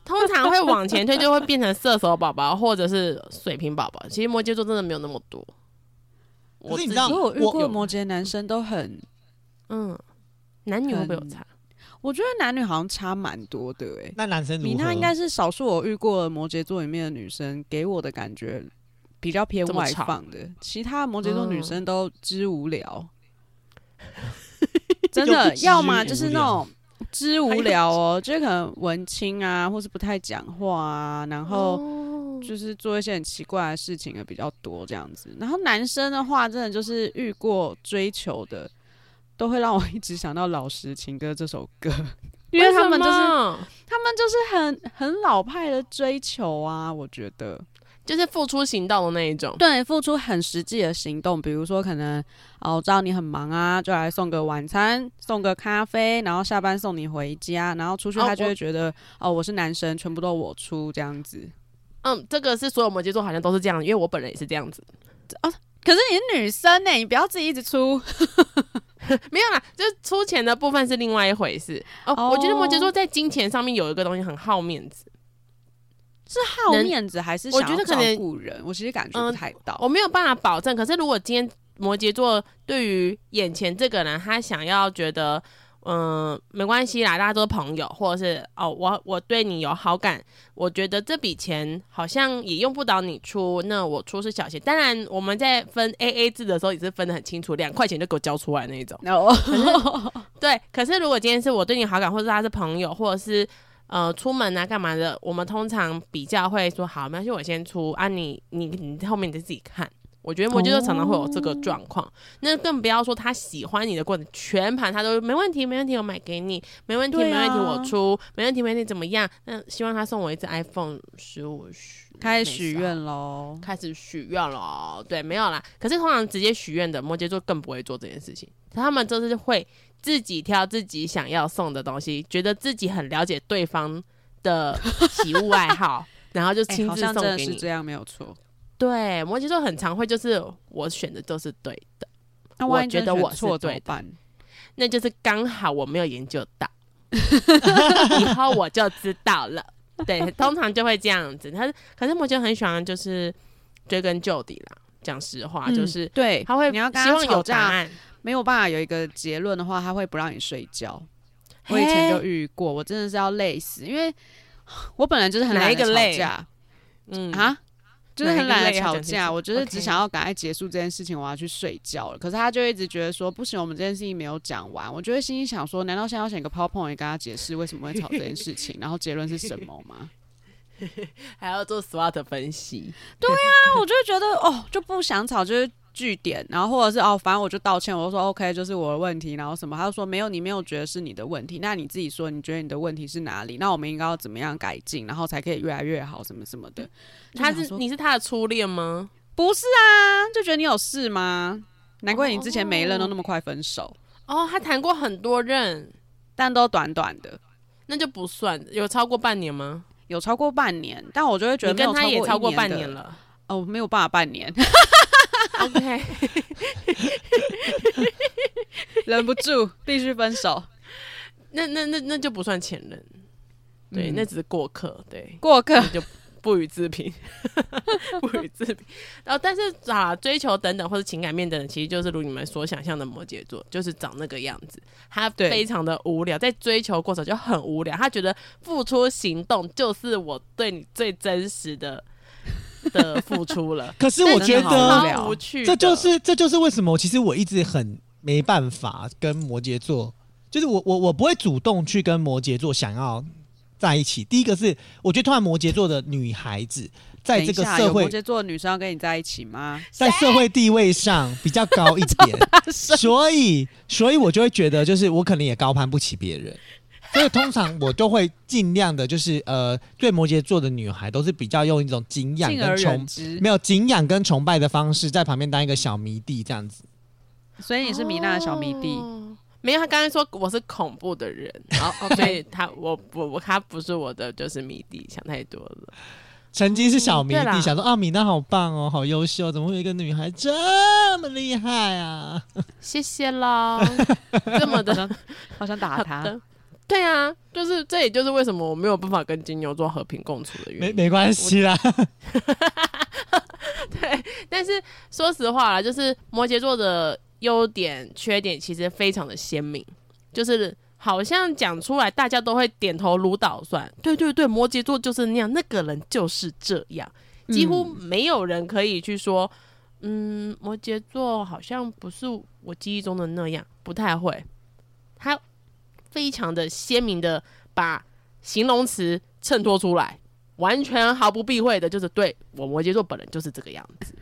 通常会往前推，就会变成射手宝宝或者是水瓶宝宝。其实摩羯座真的没有那么多。可我是你自知道己可嗯我遇我过摩羯男生都很，嗯，男女会不会有很差？我觉得男女好像差蛮多的哎、那男生如何？米娜应该是少数我遇过的摩羯座里面的女生，给我的感觉比较偏这么外吵放的，其他摩羯座女嗯生都知 无聊，真又不的，知要么无就是那聊。种知无聊哦，就是可能文青啊，或是不太讲话啊，然后哦就是做一些很奇怪的事情的比较多这样子。然后男生的话，真的就是遇 过追求的。都会让我一直想到《老实情歌》这首歌，因 为他们就是为什么他们就是很很老派的追求啊，我觉得就是付出行动的那一种。对付出很实际的行动，比如说可能哦，我知道你很忙啊，就来送个晚餐，送个咖啡，然后下班送你回家，然后出去哦他就我会觉得哦我是男生，全部都我出这样子。嗯，这个是所有摩羯座好像都是这样，因为我本人也是这样子。 可是你是女生呢、欸你不要自己一直出。没有啦，就是出钱的部分是另外一回事。哦，哦我觉得摩羯座在金钱上面有一个东西很好面子，好能面子还是我想觉要得可照能顾人，我其实感觉嗯不太到。我没有办法保证。可是如果今天摩羯座对于眼前这个人，他想要觉得。嗯，没关系啦，大家都是朋友，或者是哦，我我对你有好感，我觉得这笔钱好像也用不到你出，那我出是小钱。当然，我们在分 A A 制的时候也是分得很清楚，两块钱就给我交出来那一种。 哦，对，可是如果今天是我对你好感，或者他是朋友，或者是呃出门啊干嘛的，我们通常比较会说好，没关系，我先出啊你，你你后面你自己看。我觉得摩羯座常常会有这个状况，哦那更不要说他喜欢你的过程，全盘他都没问题，没问题，我买给你，没问题，对没问题，啊我出，没问题，没问题，怎么样？那希望他送我一只 iPhone 十五，开始啊许愿喽。开始许愿了哦。对，没有啦。可是通常直接许愿的摩羯座更不会做这件事情，他们就是会自己挑自己想要送的东西，觉得自己很了解对方的喜恶爱 好，然后就哎亲好自像送真的给是你。这样，没有错。对，摩羯座很常会就是我选的都是对的，那我万一觉真得选我是错怎对么的办？那就是刚好我没有研究到， 以后我就知道了。对，通常就会这样子。他可是摩羯很喜欢就是追根究底啦，讲实话、啊就嗯是对，他会你要跟希他望吵有答架，案。没有办法有一个结论的话，他会不让你睡觉。我以前就嘿遇过，我真的是要累死，因为 我本来就是很哪懒一得个累吵架嗯啊。就是哪一很个懒累得要吵讲清架，楚我啊就是，OK 只想要赶快结束这件事情，我要去睡觉了。可是他就一直觉得说不行，我们这件事情没有讲完。我就会心里想说，难道现在要选一个 PowerPoint 跟他解释为什么会吵这件事情，然后结论是什么 吗？还要做 SWOT 分析，我就会觉得哦，就不想吵，就是据点，然后或者是哦，反正我就道歉，我就说 OK，就是我的问题，然后什么，他就说没有，你没有觉得是你的问题，那你自己说你觉得你的问题是哪里？那我们应该要怎么样改进，然后才可以越来越好，什么什么的。就他想是说你是他的初恋吗？不是啊，就觉得你有事吗？难怪你之前每一任都那么快分手，哦，他谈过很多任，但都短短的，那就不算，有超过半年吗？有超过半年，但我就会觉你得没有跟他也超超过一半的年。 了哦，没有办法半年， ，OK，忍不 住必须分手。那那那那就不算前任，对，嗯那只是过客，对，过客不予置评， 不予置评。然后，但是啊，追求等等或者情感面等等，其实就是如你们所想象的摩羯座，就是长那个样子。他对非常的无聊，在追求过程就很无聊。他觉得付出行动就是我对你最真实 的的付出了可是我但觉真的哦好无得聊超无啊趣的，这就是这就是为什么其实我一直很没办法跟摩羯座，就是我我我不会主动去跟摩羯座想要在一起。第一个是我觉得，突然摩羯座的女孩子在等这一个下，社有摩会羯座的女生要跟你在一起吗？在社会地位上比较高一 点，所以所以我就会觉得，就是我可能也高攀不起别人。所以通常我都会尽量的，就是呃，对摩羯座的女孩都是比较用一种敬仰敬而跟远崇，之。没有敬仰跟崇拜的方式，在旁边当一个小迷弟这样子。所以你是米娜的小迷弟，哦没有，他刚才说我是恐怖的人，然后、哦、所以他我我我他不是我的就是迷弟，想太多了。曾经是嗯小迷对啦弟，想说啊，米娜好棒哦，好优秀，怎么会有一个女孩这么厉害啊？谢谢喽， 这么的 好想打好他的。对啊，就是这也就是为什么我没有办法跟金牛座和平共处嗯的原没因。没关系啦，对，但是说实话啦，就是摩羯座的优点、缺点其实非常的鲜明，就是好像讲出来大家都会点头如捣蒜。对对对，摩羯座就是那样，那个人就是这样，嗯几乎没有人可以去说，嗯，摩羯座好像不是我记忆中的那样，不太会。他非常的鲜明的把形容词衬托出来，完全毫不避讳的，就是对我摩羯座本人就是这个样子。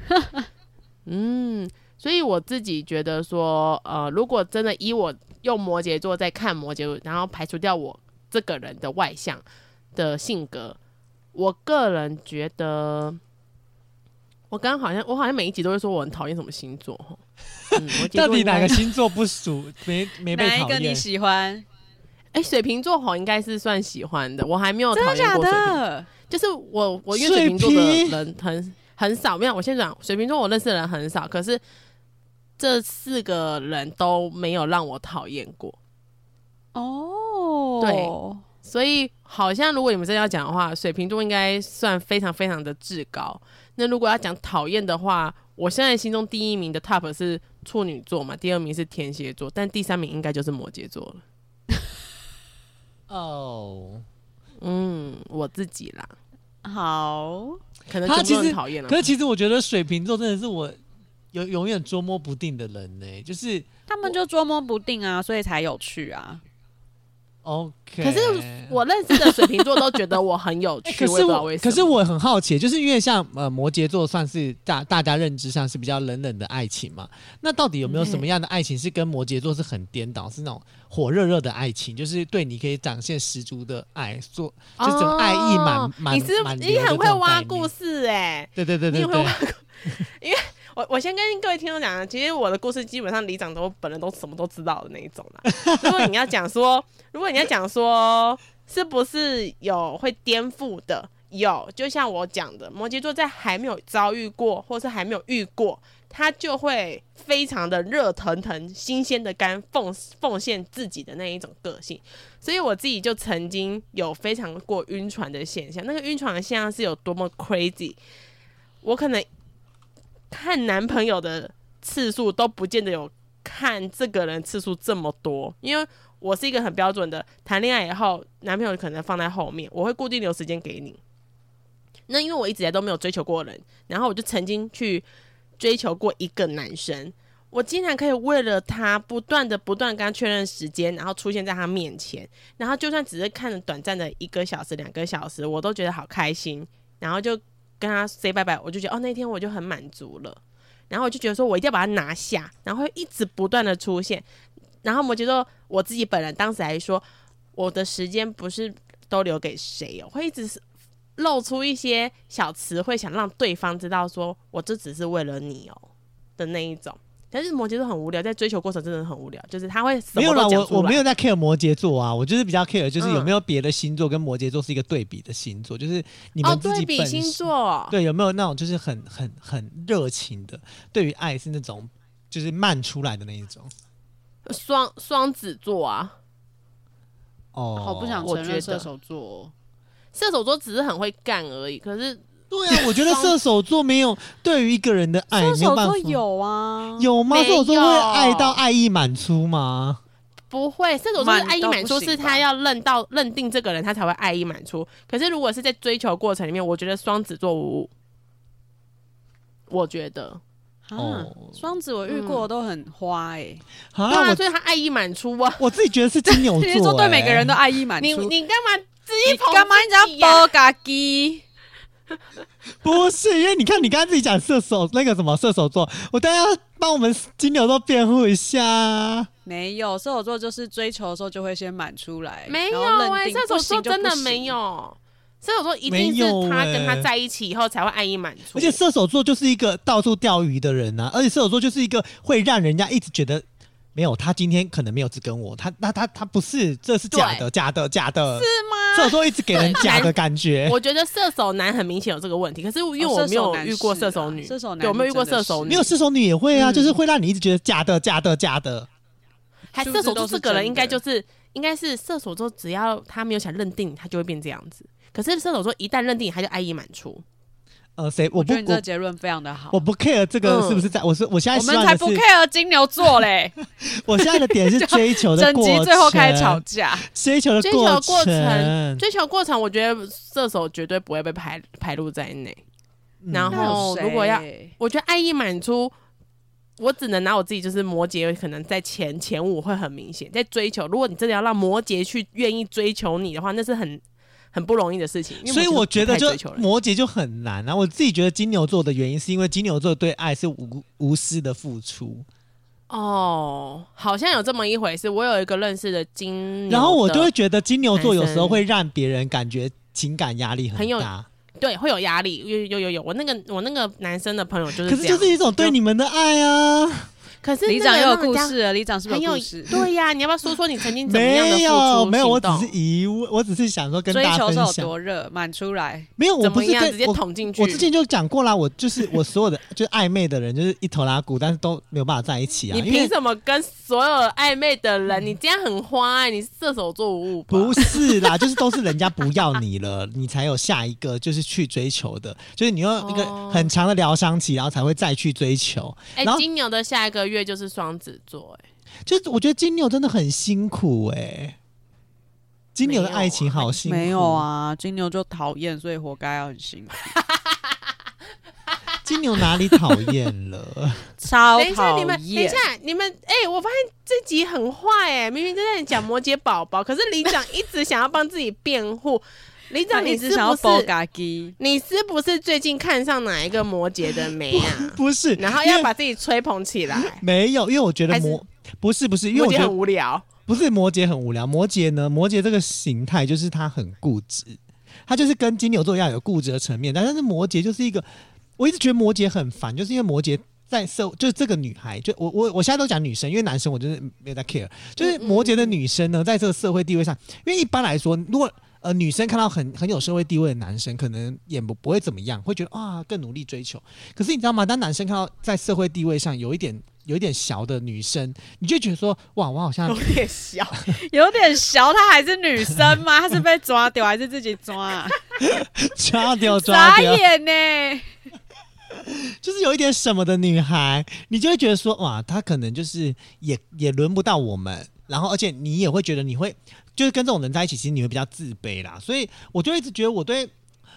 嗯，所以我自己觉得说，呃，如果真的以我用摩羯座在看摩羯，然后排除掉我这个人的外向的性格，我个人觉得，我刚刚好像我好像每一集都会说我很讨厌什么星座哈，嗯、我觉得 到我底应该哪个星座不属没没被哪一讨个你厌？喜欢？哎、水瓶座吼应该是算喜欢的，我还没有真讨的厌假过水瓶座，的？就是我我因为水水瓶座的瓶人很很少，没有我先讲水瓶座我认识的人很少，可是这四个人都没有让我讨厌过，哦，对所以好像如果你们真的要讲的话，水瓶座应该算非常非常的至高。那如果要讲讨厌的话，我现在心中第一名的 top 是处女座嘛，第二名是天蝎座，但第三名应该就是摩羯座了。哦，嗯，我自己啦，好，可能他全部都其很实讨厌啊了可。是其实我觉得水瓶座真的是我永永远捉摸不定的人呢、就是他们就捉摸不定啊，所以才有趣啊。 OK。可是我认识的水瓶座都觉得我很有 欸趣，可我也是不知道我为什可么。是我很好奇，就是因为像呃摩羯座算是大大家认知上是比较冷冷的爱情嘛，那到底有没有什嗯么样的爱情是跟摩羯座是很颠倒，是那种火热热的爱情，就是对你可以展现十足的爱，做就是这种爱意满哦满你是满流的你很会这挖种概念故，事哎、对对对你对很会对挖，我我先跟各位听众讲啊，其实我的故事基本上里长都本人都什么都知道的那一种啦。如果你要讲说，如果你要讲说是不是有会颠覆的，有，就像我讲的，摩羯座在还没有遭遇过，或是还没有遇过，他就会非常的热腾腾、新鲜的肝，奉奉献自己的那一种个性。所以我自己就曾经有非常过晕船的现象，那个晕船的现象是有多么 crazy。我可能看男朋友的次数都不见得有看这个人次数这么多，因为我是一个很标准的，谈恋爱以后男朋友可能放在后面，我会固定留时间给你。那因为我一直以来都没有追求过人，然后我就曾经去追求过一个男生，我竟然可以为了他不断的不断地跟他确认时间，然后出现在他面前，然后就算只是看了短暂的一个小时、两个小时，我都觉得好开心，然后就跟他 say 拜拜，我就觉得哦，那天我就很满足了。然后我就觉得说我一定要把它拿下，然后一直不断的出现。然后摩羯座我自己本人当时还说，我的时间不是都留给谁哦，会一直是露出一些小词汇，想让对方知道说我这只是为了你哦的那一种。但是摩羯座很无聊，在追求过程真的很无聊，就是他会什没有么啦，都讲我出来。我没有在 care 摩羯座啊，我就是比较 care 就是嗯有没有别的星座跟摩羯座是一个对比的星座，就是你哦，们自对己比本星身座，对，有没有那种就是很很很热情的，对于爱是那种就是慢出来的那一种？双双子座啊，哦，好不想我承觉得认射手座哦、射手座只是很会干而已，可是对啊，我觉得射手座没有对于一个人的爱，哎射没有手办座法有啊，有吗？没射手座会有爱到爱意满出吗？不会，射手座是爱意满出，满到不行吧是他要认到认定这个人，他才会爱意满出。可是如果是在追求过程里面，我觉得双子座无误，我觉得啊哦，双子我遇过都很花哎、欸，对啊，啊，所以他爱意满出啊。我我自己觉得是金 牛天蝎座座，欸对每个人都都爱意满你出。你干嘛自己捧干嘛自你己啊只呀要包嘎叽？不是，因为你看你刚刚自己讲射手那个什么射手座，我当然要帮我们金牛座辩护一下啊。没有，射手座就是追求的时候就会先满出来，没有哎、哎、射手座真的没。有。射手座一定没有是他跟他欸在一起以后才会爱意满出，而且射手座就是一个到处钓鱼的人啊呐、而且射手座就是一个会让人家一直觉得没有他今天可能没有只跟我，他那他他不是，这是假的，假的，假的，是啊吗？射手座一直给人对假的感觉。我觉得射手男很明显有这个问题，可是因为哦我射没手有男遇过是射手啊女，射手男有没有遇过真的射手是女？没有射手女也会啊，嗯就是会让你一直觉得假的，假的，假的。还是射不是手座都是这个真人应该的就是应该是射手座，只要他没有想认定你，他就会变这样子。可是射手座一旦认定你，他就爱意满出。呃，谁？我我不觉得你这个我结论非常的好，我不 care 这个嗯是不是在，我是我现在我希们望才的不是， care 金牛 座嘞。我现在的点是追求 的整过集程，最后开始吵架，追求的追求的过程程，追求过程，我觉得射手绝对不会被排排入在内。嗯然后那有如果要谁我觉得爱意满出，我只能拿我自己，就是摩羯可能在前前五会很明显，在追求。如果你真的要让摩羯去愿意追求你的话，那是很很不容易的事情。因为所以摩羯我觉得不太就追求人摩羯就很难啊。我自己觉得金牛座的原因是因为金牛座对爱是无无私的付出，哦，好像有这么一回事。我有一个认识的金嗯牛的，然后我就会觉得金牛座有时男候生会让别人感觉情感压力很很有大，对会有压力，有有有有。我那个我那个男生的朋友就可是这是样，就是一种对你们的爱啊，可是里那个长也有让人故家事了，里长是不是很有有故事？对呀、你要不要说说你曾经怎么样的没付有出没有，我行只动是疑问，我只是想说跟追大家求分是有享，多热，满出来。没有，我怎不么是样跟直接我捅进去？我之前就讲过啦，我就是我所有的 就是暧昧的人，就是一头拉骨，但是都没有办法在一起啊，你因凭为什么跟所有暧昧的人？你今天很花、欸，你是射手座无误吧？ 不是啦，就是都是人家不要你了， 你才有下一个就是去追求的，就是你要一个哦很长的疗伤期，然后才会再去追求。哎、然后金牛的下一个月就是双子座、哎，就是我觉得金牛真的很辛苦哎、金牛的没有爱情好辛苦，没有，啊，金牛就讨厌，所以活该要很辛 苦，金牛哪里讨厌了？ 超等一下，讨你们，等一厌下。，你们，哎、我发现这集很坏哎、明明就在讲摩羯宝宝，可是里长一直想要帮自己辩 护。里他长，一你直是想要不包是嘎鸡，你是不是最近看上哪一个摩羯的美 啊？不是，然后因为要把自己吹捧起来，没有，因为我觉得还是摩不是不是，因为摩我觉羯得很无聊。不是摩羯很无聊，摩羯呢，摩羯这个形态就是他很固执，他就是跟金牛座一样有固执的层面，但但是摩羯就是一个，我一直觉得摩羯很烦，就是因为摩羯。在社就是这个女孩，就我我我现在都讲女生，因为男生我就是没有在 care。就是摩羯的女生呢，在这个社会地位上，因为一般来说，如果呃女生看到很很有社会地位的男生，可能也不不会怎么样，会觉得啊更努力追求。可是你知道吗？当男生看到在社会地位上有一点有一点小的女生，你就觉得说哇，我好像有点小，有点小，她还是女生吗？她是被抓掉还是自己抓、 啊？抓掉抓傻掉，眼呢、就是有一点什么的女孩，你就会觉得说，哇，她可能就是也也轮不到我们。然后，而且你也会觉得你会就是跟这种人在一起，其实你会比较自卑啦。所以，我就一直觉得我对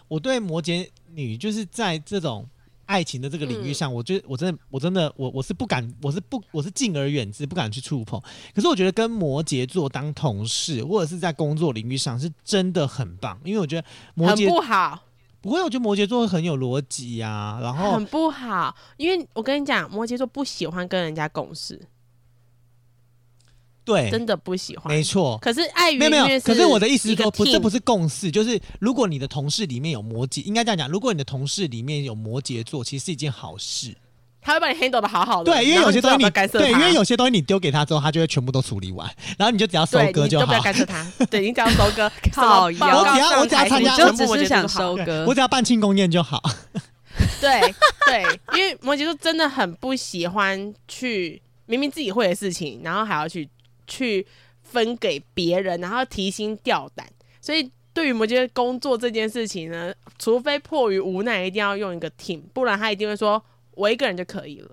我对摩羯女，就是在这种爱情的这个领域上，我觉得我真的我真的我我是不敢，我是不我是敬而远之，不敢去触碰。可是我觉得跟摩羯座当同事，或者是在工作领域上，是真的很棒，因为我觉得摩很羯不好。不会，我觉得摩羯座很有逻辑啊，然后很不好，因为我跟你讲，摩羯座不喜欢跟人家共事，对，真的不喜欢哎没。错，可是碍于没有没因为有。可是我的意思是一个说，不 team, 这不是共识，就是如果你的同事里面有摩羯，应该这样讲，如果你的同事里面有摩羯座，其实是一件好事。他会把你 handle 的好好的，对，因为有些东然后西你你就不要干涉他，对，因为有些东西你丢给他之后，他就会全部都处理完，然后你就只要收对你割就不好要。干涉他，对你只要收 割，什靠么腰报告我只要我只要上台参什么加就全部只摩羯是座想都 好收割我。只要办庆功宴就好，对对，因为摩羯座真的很不喜欢去明明自己会的事情，然后还要去去分给别人，然后提心吊胆。所以对于摩羯工作这件事情呢，除非迫于无奈，一定要用一个 team，不然他一定会说我一个人就可以了，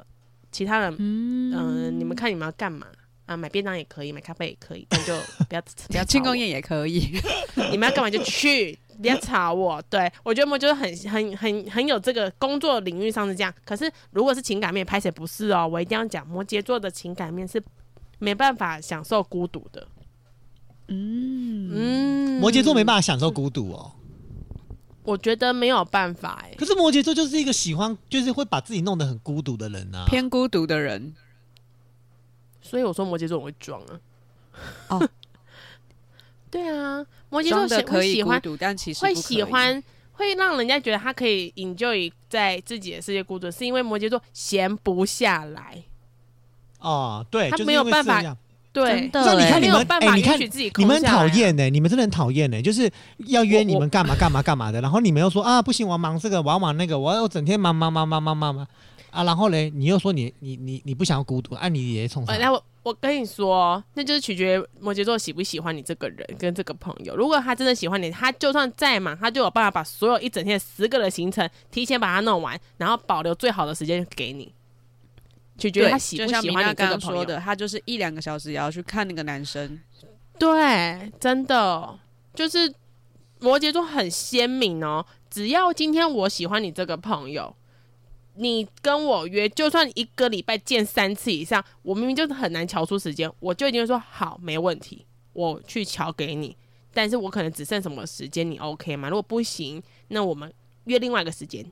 其他人嗯、你们看你们要干嘛。啊，买便当也可以，买咖啡也可以，但就不要不要吵 庆嗯我功宴也可以，你们要干嘛就去，不要吵我。对我觉得摩羯座很很很很有这个工作领域上是这样，可是如果是情感面，拍谁不是哦？我一定要讲，摩羯座的情感面是没办法享受孤独的。嗯摩羯座没办法享受孤独哦。我觉得没有办法哎、可是摩羯座就是一个喜欢，就是会把自己弄得很孤独的人啊。偏孤独的人所以我说摩羯座我会装啊。哦， 对啊，摩羯座装的喜可会以喜孤欢独，但其实会不可喜以欢，会让人家觉得他可以 enjoy 在自己的世界孤独，是因为摩羯座闲不下来。哦，对，他就是没有因为办这法样真对，不是的你欸，看你没有们，办哎、法你看允许自己空你们很下来讨啊厌呢，你们真的很讨厌呢，就是要约我你们干嘛干嘛干嘛的，然后你们又说啊不行，我要忙这个，我要忙那个，我要整天忙忙忙忙忙忙忙啊，然后嘞，你又说你你你你不想要孤独，啊，你也从啥呃，？那我我跟你说，哦那就是取决于摩羯座喜不喜欢你这个人跟这个朋友。如果他真的喜欢你，他就算再忙，他就有办法把所有一整天十个的行程提前把它弄完，然后保留最好的时间给你。取决于对他喜就不像喜米欢娜你这刚个刚朋说友。的，她就是一两个小时也要去看那个男生，对，真的就是摩羯座很鲜明哦。只要今天我喜欢你这个朋友，你跟我约，就算一个礼拜见三次以上，我明明就是很难瞧出时间，我就一定会说好，没问题，我去瞧给你。但是我可能只剩什么时间，你 OK 吗？如果不行，那我们约另外一个时间。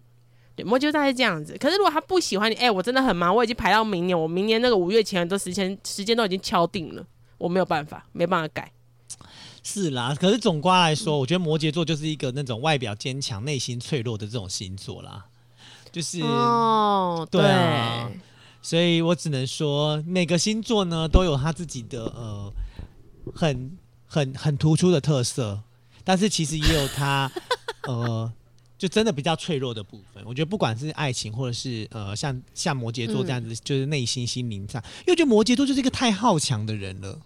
对，我觉得大概是这样子。可是如果他不喜欢你，哎、我真的很忙，我已经排到明年，我明年那个五月前都时间时间都已经敲定了，我没有办法，没办法改。是啦，可是总瓜来说，我觉得摩羯座就是一个那种外表坚强、内心脆弱的这种星座啦。就是，哦，对啊所以我只能说，每个星座呢都有他自己的呃，很很很突出的特色，但是其实也有他呃，就真的比较脆弱的部分。我觉得不管是爱情，或者是呃，像像摩羯座这样子，就是内心心灵上，因为我觉得摩羯座就是一个太好强的人了。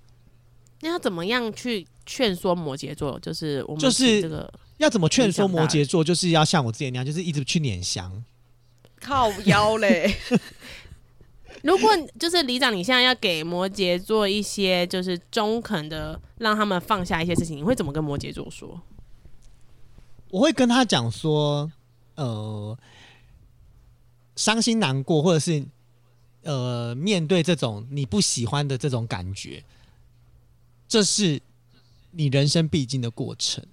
那要怎么样去劝说摩羯座？就是我们就是请这个要怎么劝说影响大摩羯座，就是要像我之前那样，就是一直去撵降。靠 腰嘞，如果就是里长，你现在要给摩羯座一些就是中肯的，让他们放下一些事情，你会怎么跟摩羯座说？我会跟他讲说，呃，伤心难过，或者是呃，面对这种你不喜欢的这种感觉，这是你人生必经的过程，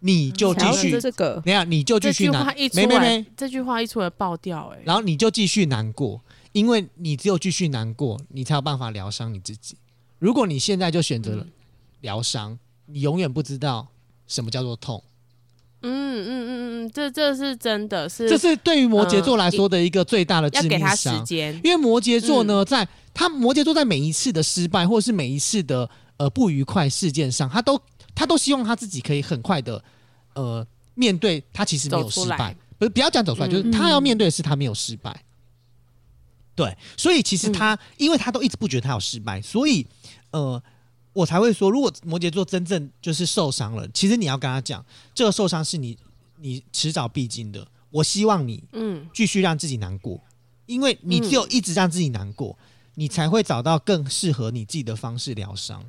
你就嗯继想要续是，这个等一下你就继这续句难话一，出没来，没没，这句话一出来爆掉、哎，然后你就继续难过，因为你只有继续难过，你才有办法疗伤你自己。如果你现在就选嗯择了疗伤，你永远不知道什么叫做痛。嗯嗯嗯嗯，这这是真的是，嗯这是对于摩羯座来说的一个最大的要致给命他时伤。间。因为摩羯座呢，嗯在他摩羯座在每一次的失败，或是每一次的呃不愉快事件上，他都他都希望他自己可以很快的呃面对他其实没有走出失败来，不是不要讲走出来，嗯就是他要面对的是他没有失败。对，所以其实嗯他、因为他都一直不觉得他有失败，所以呃我才会说，如果摩羯座真正就是受伤了，其实你要跟他讲，这个受伤是你你迟早必经的。我希望你嗯，继续让自己难过，因为你只有一直让自己难过，嗯你才会找到更适合你自己的方式疗伤。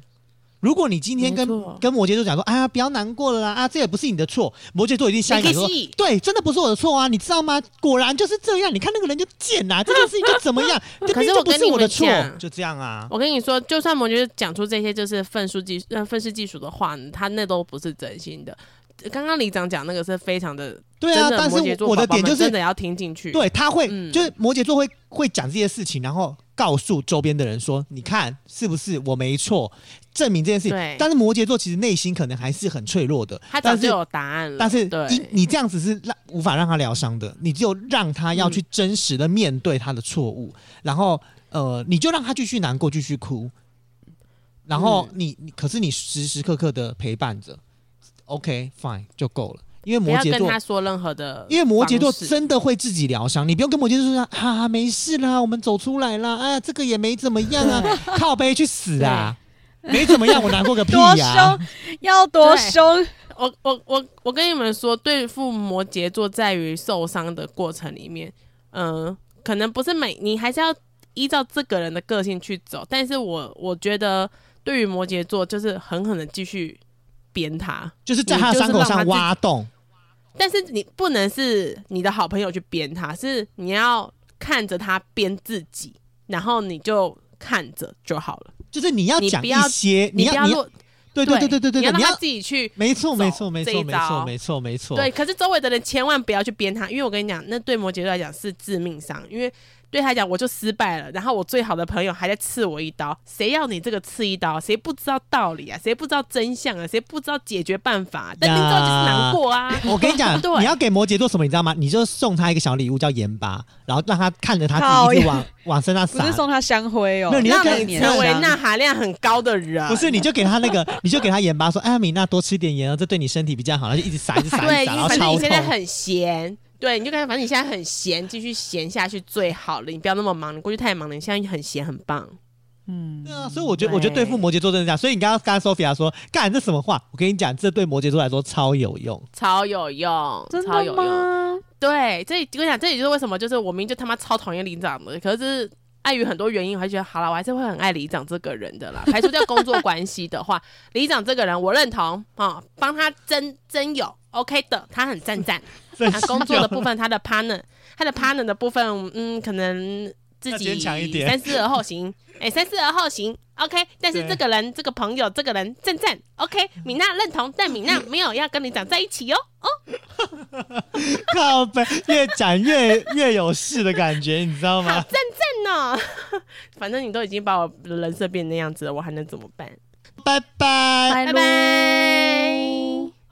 如果你今天跟没错跟摩羯座讲说，哎呀，不要难过了啦，啊，这也不是你的错，摩羯座一定下一秒没说关系，对，真的不是我的错啊，你知道吗？果然就是这样，你看那个人就贱啊呐、这件事情就怎么样，这 可毕是竟我不跟是你我的们错，讲就这样啊。我跟你说，就算摩羯讲出这些就是愤世嫉呃愤世嫉俗的话，他那都不是真心的。刚刚李长讲那个是非常的，对啊，真的但摩羯是座我我的宝宝点们就是真的要听进去。对，他会、嗯就是摩羯座会会讲这些事情，然后告诉周边的人说：“你看是不是我没错？”证明这件事情对。但是摩羯座其实内心可能还是很脆弱的，他早但就是有答案了。但是嗯对，你你这样子是让无法让他疗伤的，你只有让他要嗯去真实的面对他的错误，然后呃，你就让他继续难过，继续哭，然后嗯你、你可是你时时刻刻的陪伴着，OK fine 就够了，因为不摩要羯跟座他说任何的，因为摩羯座是。真的会自己疗伤，你不用跟摩羯座说，哈、哈，没事啦，我们走出来啦，啊，这个也没怎么样啊，靠背去死啊，没怎么样，我难过个屁啊多呀、凶要多对凶，我我我我跟你们说，对付摩羯座在于受伤的过程里面，嗯、可能不是每你还是要依照这个人的个性去走，但是我我觉得对于摩羯座就是狠狠的继续鞭他，就是在他的伤口上挖洞，但是你不能是你的好朋友去鞭他，是你要看着他鞭自己，然后你就看着就好了，就是你要你讲不一要些，你不要要你落，对对对对对对你对，要你让他要自己去没错走没错没这错一没招错没错没错，对，可是周围的人千万不要去鞭他，因为我跟你讲，那对摩羯座来讲是致命伤，因为对他来讲我就失败了，然后我最好的朋友还在刺我一刀，谁要你这个刺一刀？谁不知道道理啊？谁不知道真相啊？谁不知道解决办法、但你知道就是难过啊。，我跟你讲 对你要给摩羯座什么，你知道吗？你就送他一个小礼物叫盐巴，然后让他看着他自己一直靠往往身上不是撒。送他香灰哦没有，你要让跟你成为钠含量很高的人，不是，你就给他那 个，你就给他盐巴，说：“哎，米娜，多吃点盐哦，这对你身体比较好。”他就一直撒，一直撒， 一对，直撒，然后反正超你现在痛。很闲，对，你就跟他，反正你现在很闲，继续闲下去最好了。你不要那么忙，你过去太忙了，你现在很闲，很棒。嗯对，啊，所以我觉得，对我觉得对付摩羯座真的这样。所以你刚刚刚 Sophia 说，干这什么话？我跟你讲，这对摩羯座来说超有 用。超有用，真超的有用。吗？对，这里我跟你讲，这里就是为什么，就是我明明就他妈超讨厌里长的，可是碍于很多原因，我还觉得好了，我还是会很爱里长这个人的啦。排除掉工作关系的话，里长这个人我认同啊、哦帮他争争友，OK 的，他很赞赞。 真他是工作的部分，他的 partner，他的 partner 的部分，嗯，可能自要己坚强一点三思而后行。哎、三思而后行，OK。但是对这个人，这个朋友，这个人赞赞，OK。米娜认同，但米娜没有要跟你长在一起哟、哦。靠背，越讲越越有事的感觉，你知道好吗？赞赞呢！ 反正你都已经把我的人设变那样子了，我还能怎么办？拜拜。拜拜拜。